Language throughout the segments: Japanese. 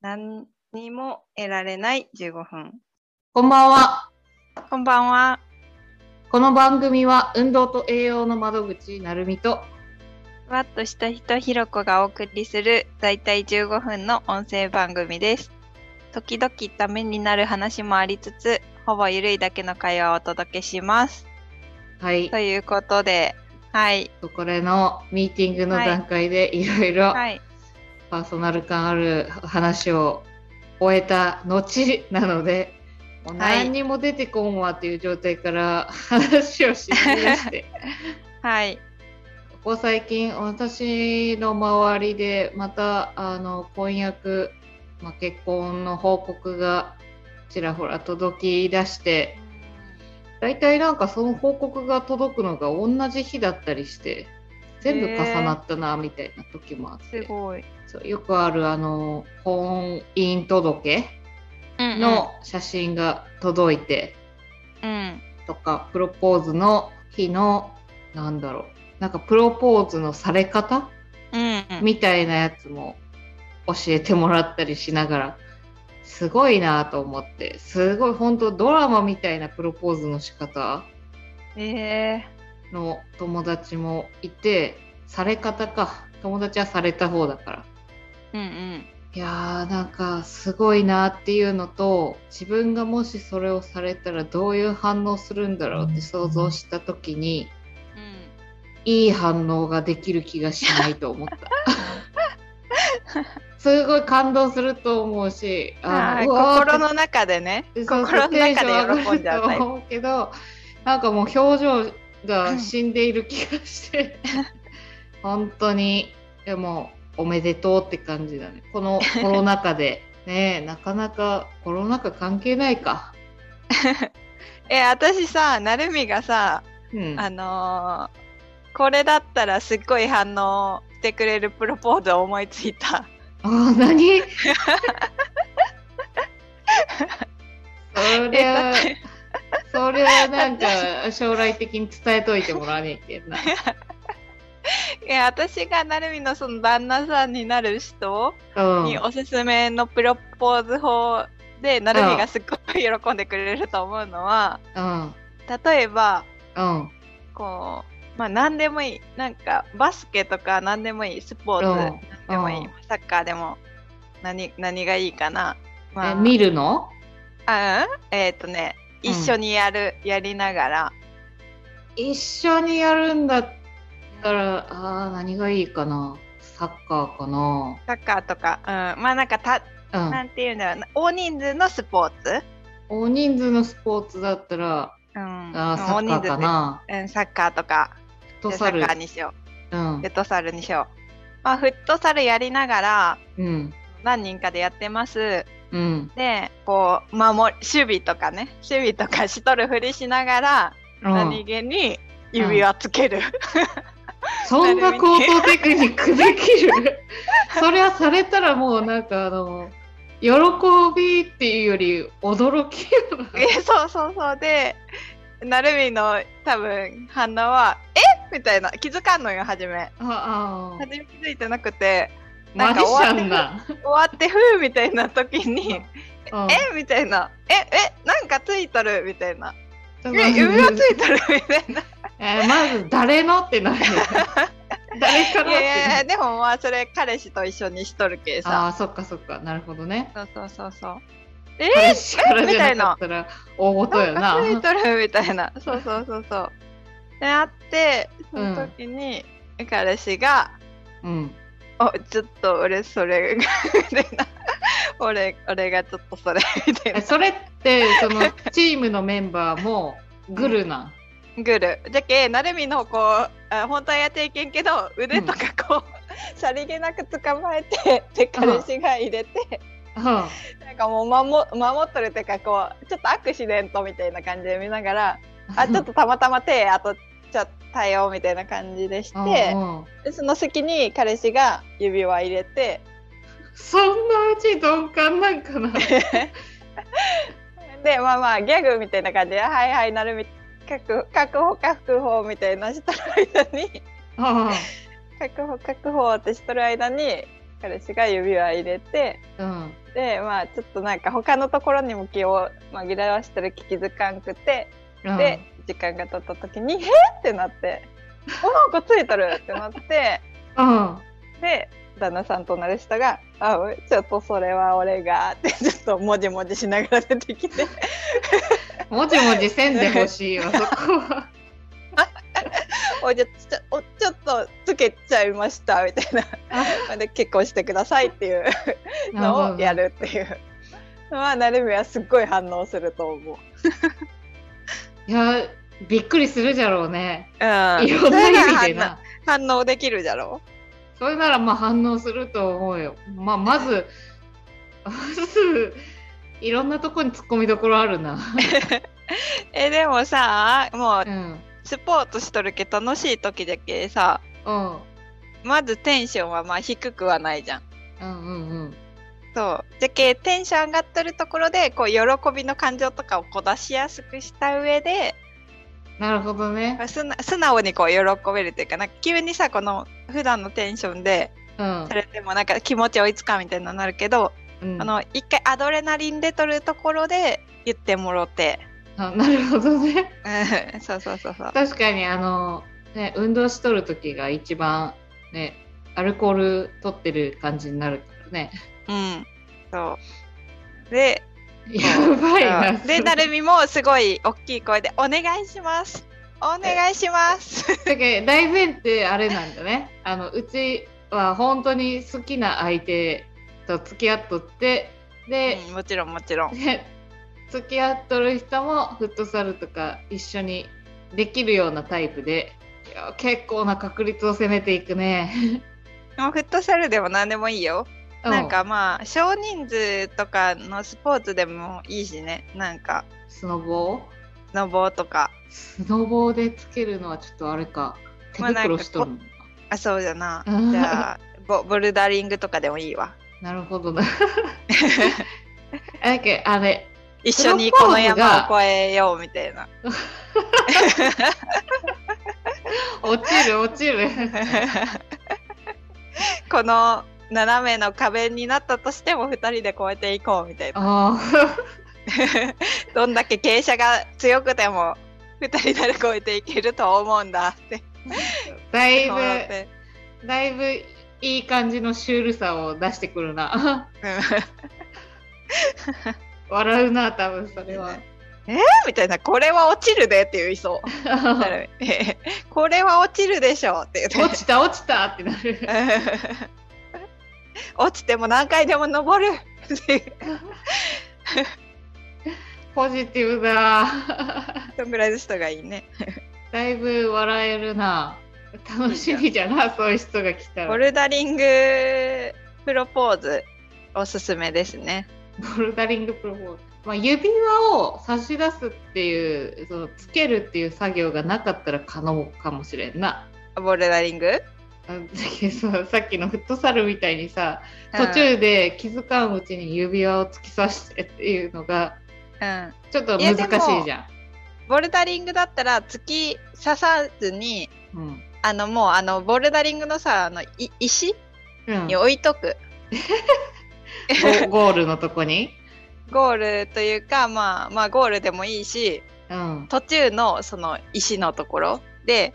何にも得られない15分。こんばんは。こんばんは。この番組は運動と栄養の窓口なるみとふわっとしたひとひろこがお送りするだいたい15分の音声番組です。時々ためになる話もありつつ、ほぼゆるいだけの会話をお届けします。はいということで、はい、これのミーティングの段階でいろいろはい、パーソナル感ある話を終えた後なので、もうはい何にも出てこんわっていう状態から話をしだ して。はい、ここ最近私の周りでまたあの婚約、まあ、結婚の報告がちらほら届き出して大体なんかその報告が届くのが同じ日だったりして全部重なったなみたいな時もあって、すごい。そうよくあるあの婚姻届うんうんの、写真が届いて。うん、とかプロポーズの日のなんだろうなんかプロポーズのされ方うん、みたいなやつも教えてもらったりしながらすごいなと思ってすごい本当ドラマみたいなプロポーズの仕方えの友達もいてされ方か友達はされた方だからー、うんいやーなんかすごいなっていうのと自分がもしそれをされたらどういう反応するんだろうって想像した時にうん、うん。いい反応ができる気がしない と思った。すごい感動すると思うし、はい、うわー心の中でねそう心のテンション中で喜ん上じゃがうタるイとプ思うけど、なんかもう表情が死んでいる気が して、本当にでもおめでとうって感じだね。このコロナ禍でねなかなかコロナ禍関係ないか。え私さなるみがさ、うん、あのーこれだったらすっごい反応してくれるプロポーズを思いついた あー何そりゃえそりゃなんか将来的に伝えといてもらわねえけ んな。え私がなるみのその旦那さんになる人うん、におすすめのプロポーズ法で、なるみがすっごい喜んでくれると思うのはうん、例えばうん、こうまあ何でもいいなんかバスケとか何でもいいスポーツ、うんでもいい、うんサッカーでも何何がいいかな、まえ見るのあうんえっ、とねうん一緒にやる、やりながら一緒にやるんだったら、あー何がいいかな。サッカーかな。サッカーとか、うん、まあなんかたうんなんていうんだろうな大人数のスポーツ、大人数のスポーツだったら、うん、あーサッカーかな。大人数で、うん、サッカーとかフットササッルカ。ーにしようんうフットサルにしよう、まあ、フットサルやりながらうん、何人かでやってますうん。でこう守守備とかね守備とかしとるふりしながらうん何気に指輪つける、そんな高等テクニックできる それはされたらもうなんかあの喜びっていうより驚きよなえそうそうそうでなるみの多分反応は「えみたいな気づかんのよ初めああ初め気づいてなくてなマんジかシ終わャってンな終わってふうみたいな時にう「んえみたいな「ええなんかついとる」みたいな「うんえ指輪ついとる」 みたいなえーまず誰のってなるよ 誰からっていやいやいやでもまあそれ彼氏と一緒にしとるけあさあそっかそっかなるほどねそうそうそうそう彼氏からじゃなかったら大事やなついとるみたいなそうそうそうそうであってその時に、彼氏が「うんあちょっと俺それみたいな俺俺がちょっとそれみたいえなそれってそのチームのメンバーもグルなんグルじゃけなるみのこうあ本当はやっていけんけど腕とかこう、さりげなく捕まえてで彼氏が入れて、うんなんかもう守守っとるっていうかこうちょっとアクシデントみたいな感じで見ながらあちょっとたまたま手当たっちゃったよみたいな感じでして、うんうんでその隙に彼氏が指輪入れてそんなうち鈍感なんかな でまあまあギャグみたいな感じで「はいはいなるみ確確保確保」みたいなしとる間に ああ確保確保ってしとる間に彼氏が指輪入れてうんでまあちょっとなんか他のところにも気を紛らわしてる気づかんくてうんで時間が経った時に「えっ!」ってなって「おなんかついとる!」ってなって うんで旦那さんとなる人が「あうちょっとそれは俺が」ってちょっともじもじしながら出てきてもじもじせんでほしいわそ こは「おじゃちょおちょっとつけちゃいました」みたいな で結婚してくださいって いうのをやるっていう。まあ、なるみはすっごい反応すると思う。いやびっくりするじゃろうねうん、いいろんな意味でな反応できるじゃろそれならまあ反応すると思うよ。まあ、まず、まず、いろんなとこに突っ込みどころあるな。えでもさもううん。スポーツしとるけ楽しい時だけさうん。まずテンションはまあ低くはないじゃん。うんうんうん。そうじゃけテンション上がってるところでこう喜びの感情とかをこう出しやすくした上でなるほどね。素な素直にこう喜べるというかなんか急にさこの普段のテンションでうんそ。れでもなんか気持ち追いつかんみたいになるけど、うん、あの一回アドレナリン出とるところで言ってもろて。あなるほどね。うんそうそうそうそう。確かに、あの、ね、運動しとる時が一番、ね、アルコール取ってる感じになるからね。うん。そう。で、やばいな。で、なるみもすごい大きい声で、お願いします。お願いします。だけど大前提あれなんだねあのうちは本当に好きな相手と付き合っとってで,うんもちろんもちろん。で、 付き合っとる人もフットサルとか一緒にできるようなタイプでいや結構な確率を攻めていくね。もうフットサルでも何でもいいよ。 う なんかまあ、少人数とかのスポーツでもいいしね。なんか、スノボースノボーとか。スノボーでつけるのはちょっとあれか手袋しとるのかあ、そうじゃな。うんじゃあ、ボボルダリングとかでもいいわ。なるほ どな。 だけどあれ一緒にこの山を越えようみたいな。落ちる落ち る。この斜めの壁になったとしても2人で越えていこうみたいなああ。どんだけ傾斜が強くても2人なら越えていけると思うんだって だい思っぶてだいぶいい感じのシュールさを出してくる な笑うな多分それ はみたいなこれは落ちるでって言いそうこれは落ちるでしょうって言っ落ちた落ちたってなるて 落ちても何回でも登るっていうポジティブだ そんぐらいの人がいいねだいぶ笑えるな楽しみじゃなそういう人が来たらボボルダリングプロポーズおすすめですねルダリングプロポーズ、まあ、指輪を差し出すっていうそのつけるっていう作業がなかったら可能かもしれんな ボルダリングあだけどささっきのフットサルみたいにさうん途中で気づかんうちに指輪を突き刺してっていうのがうん、ちょっと難しいじゃん。ボルダリングだったら突き刺さずにうんあのもうあのボルダリングのさあのい石うんに置いとく、ゴゴールのとこに、ゴールというか、まあ、まあゴールでもいいしうん、途中のその石のところで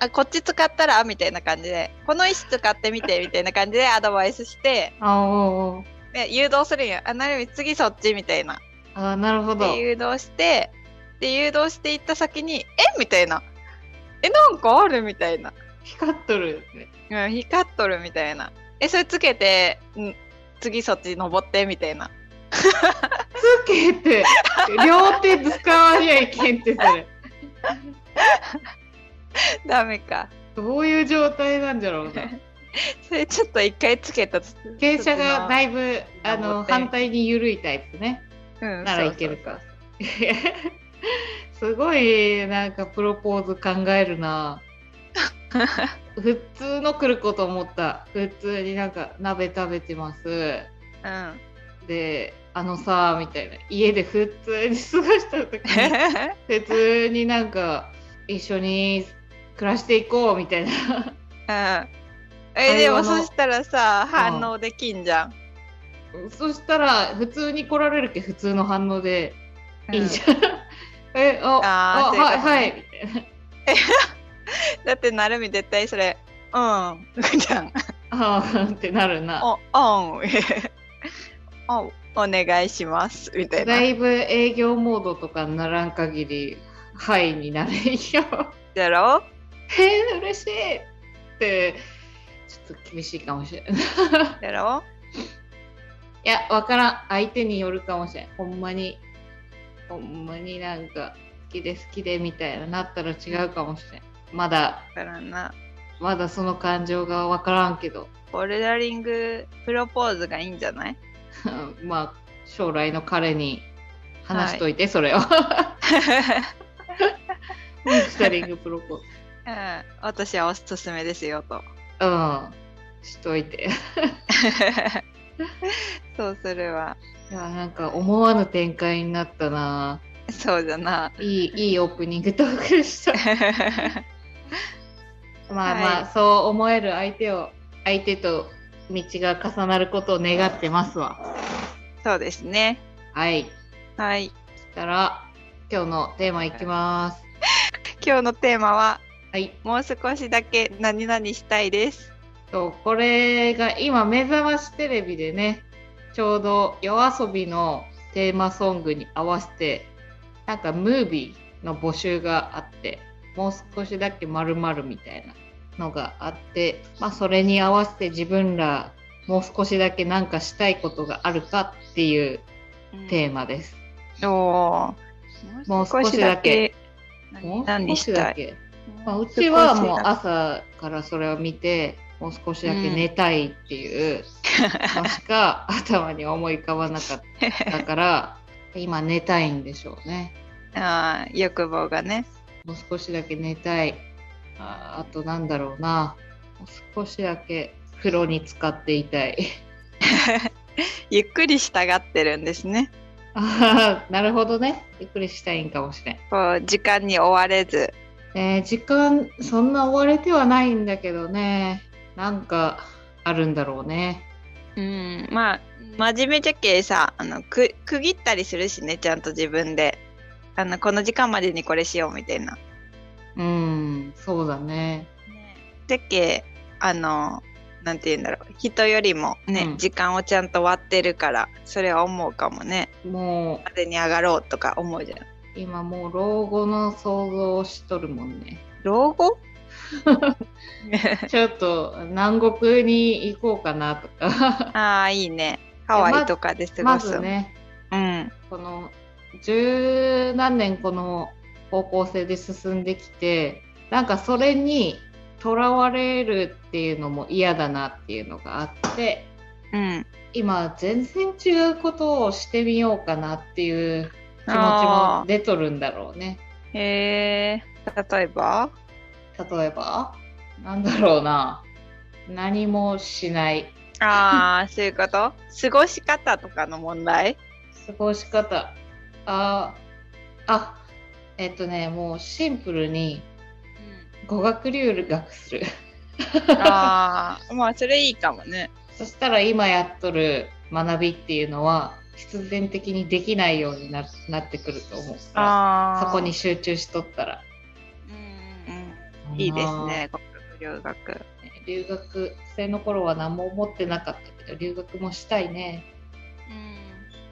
あこっち使ったらみたいな感じでこの石使ってみてみたいな感じでアドバイスしてあおうおうで誘導するんよあなるみ次そっちみたいなあなるほどで誘導してで誘導していった先にえみたいなえなんかあるみたいな光っとる、ね、うん、光っとるみたいな。え、それつけて、ん次そっち登ってみたいな。 つけて両手使わにゃいけんってそれダメか。どういう状態なんじゃろうなそれちょっと一回つけた。傾斜がだい。いぶあ登のって反対に緩いタイプねうん、ならいけるか すごいなんかプロポーズ考えるなそうそうそう。普通の来ること思った普通になんか鍋食べてます うん。であのさみたいな家で普通に過ごした時に普通になんか一緒に暮らしていこうみたいなうん。えでも会話のそしたらさ反応できんじゃん、そしたら普通に来られるけ普通の反応でうんいいじゃん。えああーそあういうことねはいはいみたいな。だってなるみ絶対それ「うん」じゃんあーってな「るな。おおん」 お「お願いします」みたいだないぶ営業モードとかにならん限りはいになれんよ。だろえー、嬉しいってちょっと厳しいかもしれない。いだろや分からん相手によるかもしれん。ほんまにほんまになんか好きで好きでみたいななったら違うかもしれん。まだだからなまだその感情が分からんけど。 ボルダリングプロポーズがいいんじゃない うんまあ将来の彼に話しといて、それをミクスタリングプロポーズうん、私はおすすめですよと うんしといてそうするわいやなんか思わぬ展開になったなそうじゃな いいいいオープニングトークでしたまあまあ、そう思える相手を相手と道が重なることを願ってますわそうですねはいはいそしたら今日のテーマいきます今日のテーマははいもう少しだけ何々したいです。そうこれが今「目覚ましテレビ」でねちょうど夜遊びのテーマソングに合わせてなんかムービーの募集があってもう少しだけ〇〇みたいなのがあって、まあ、それに合わせて自分らもう少しだけなんかしたいことがあるかっていうテーマです。マ。おーもう少しだけ。も何々う少ししただい。けまあ、うちはもう朝からそれを見てもう少しだけ寝たいっていうのしか頭に思い浮かばなかったから今寝たいんでしょうねあー欲望がね。もう少しだけ寝たいあーあとなんだろうなもう少しだけ風呂に浸かっていたいゆっくりしたがってるんですね。あーなるほどねゆっくりしたいんかもしれん、こう時間に追われず。えー時間そんな追われてはないんだけどねなんかあるんだろうねうん、まあ真面目じゃけさあのく区切ったりするしねちゃんと自分であのこの時間までにこれしようみたいな。うんそうだねじゃけあのなんて言うんだろう人よりもね、うん時間をちゃんと割ってるからそれは思うかもねもまでに上がろうとか思うじゃんう今もう老後の想像をしとるもんね 老後ちょっと南国に行こうかなとか ああいいねハワイとかで過まごすずねうんこの十何年この方向性で進んできてなんかそれにとらわれるっていうのも嫌だなっていうのがあってうん今全然違うことをしてみようかなっていう気持ちあも出とるんだろうね。ーへえ例えば例えばなんだろうな何もしないああそういうこと過ごし方とかの問題過ごし方あーあえっとねもうシンプルに語学留学する ああまあそれいいかもねそしたら今やっとる学びっていうのは必然的にできないようにななってくると思うからああそこに集中しとったらうんうんうんいいですね語学留学留学生の頃は何も思ってなかったけど留学もしたいね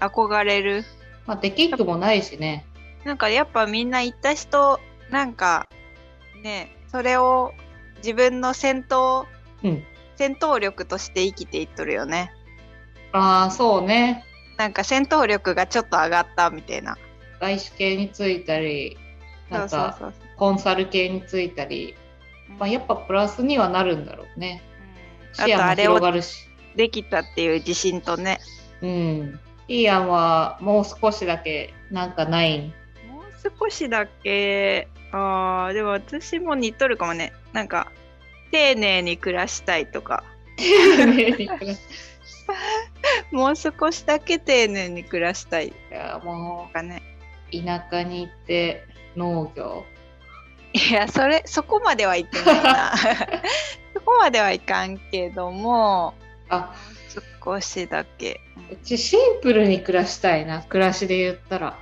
うん、憧れるまあできんくもないしねなんかやっぱみんな行った人なんかねそれを自分の戦闘うん戦闘力として生きていっとるよねああそうねなんか戦闘力がちょっと上がったみたいな外資系についたりそなうんそうかそうコンサル系についたり、まあ、やっぱプラスにはなるんだろうねうん視野あともあれ広をがるしできたっていう自信とねうんいい案はもう少しだけなんかな いんもう少しだけあーでも私も似とるかもねなんか丁寧に暮らしたいとかいもう少しだけ丁寧に暮らしたいやもとかねう田舎に行って農業 いやそれそこまでは言ってないなそこまではいかんけどもあ少しだけうちシンプルに暮らしたいな暮らしで言ったら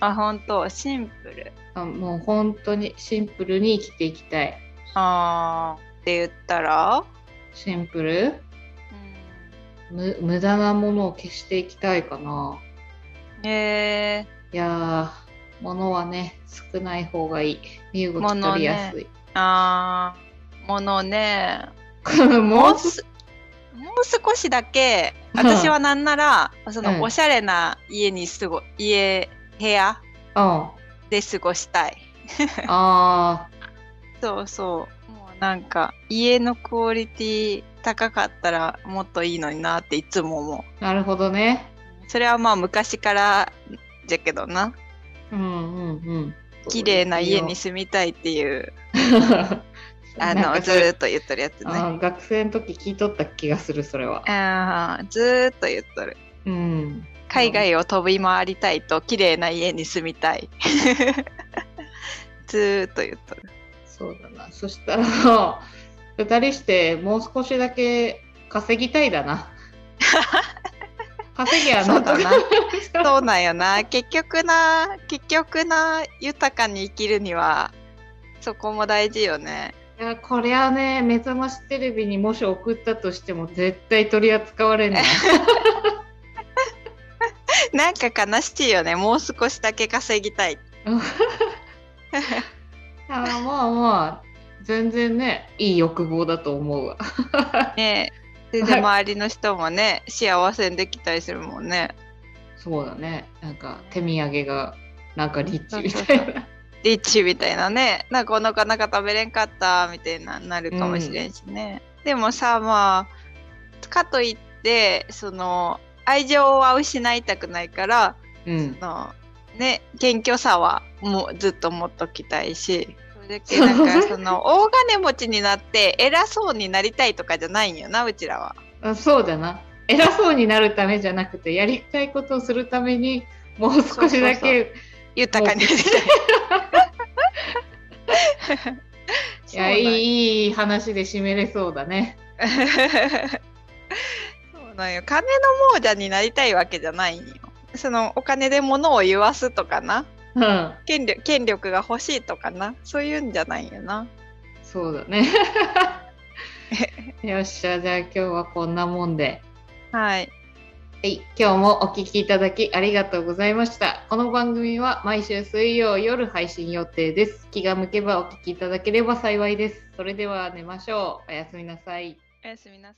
あ本当シンプルあもう本当にシンプルに生きていきたいあーって言ったら、シンプルむ無駄なものを消していきたいかなうん、えいやー物はね少ない方がいい身動き取りやすいー、あーものね ももううすもう少しだけ私はなんなら、そうんのおしゃれな家にすご家部屋うんで過ごしたいあそうそうもうなんか家のクオリティ高かったらもっといいのになっていつも思ーなるほどねうそれはまあ昔からじゃけどなうんうんうん綺麗な家に住みたいっていうあなのんかずそれーっと言っとるやつねあー学生の時聞いとった気がするそれはあーずーっと言っとるうん海外を飛び回りたいと綺麗な家に住みたい ずーっと言っとるそうだなそしたら二人してもう少しだけ稼ぎたい だな稼ぎはそうなんだとなか そうなんよな結局な結局な豊かに生きるにはそこも大事よねいやこれはね目覚ましテレビにもし送ったとしても絶対取り扱われ ないなんか悲しいよねもう少しだけ稼ぎたいあーもうもう全然ねいい欲望だと思うわねえ全然周りの人もね幸せにできたりするもんねそうだねなんか手土産がなんかリッチみたいなリッチみたいなねなんかお腹なんか食べれんかったみたいななるかもしれんしね、でもさまあかといってその愛情は失いたくないからうんそのね謙虚さはもうずっと持っときたいしそれだ けなんかその大金持ちになって偉そうになりたいとかじゃないんよなうちらは。あそうだな偉そうになるためじゃなくてやりたいことをするためにもう少しだけ豊かになりたい。いやいいいい話で締めれそうだねそうなんよ そうなんよ金の亡者になりたいわけじゃないんよ。そのお金で物を言わすとかなうん権力権力が欲しいとかなそういうんじゃないんよな。そうだ ねよっしゃじゃあ今日はこんなもんではいはい、今日もお聞きいただきありがとうございました。この番組は毎週水曜夜配信予定です。気が向けばお聞きいただければ幸いです。それでは寝ましょう。おやすみなさい。おやすみなさい。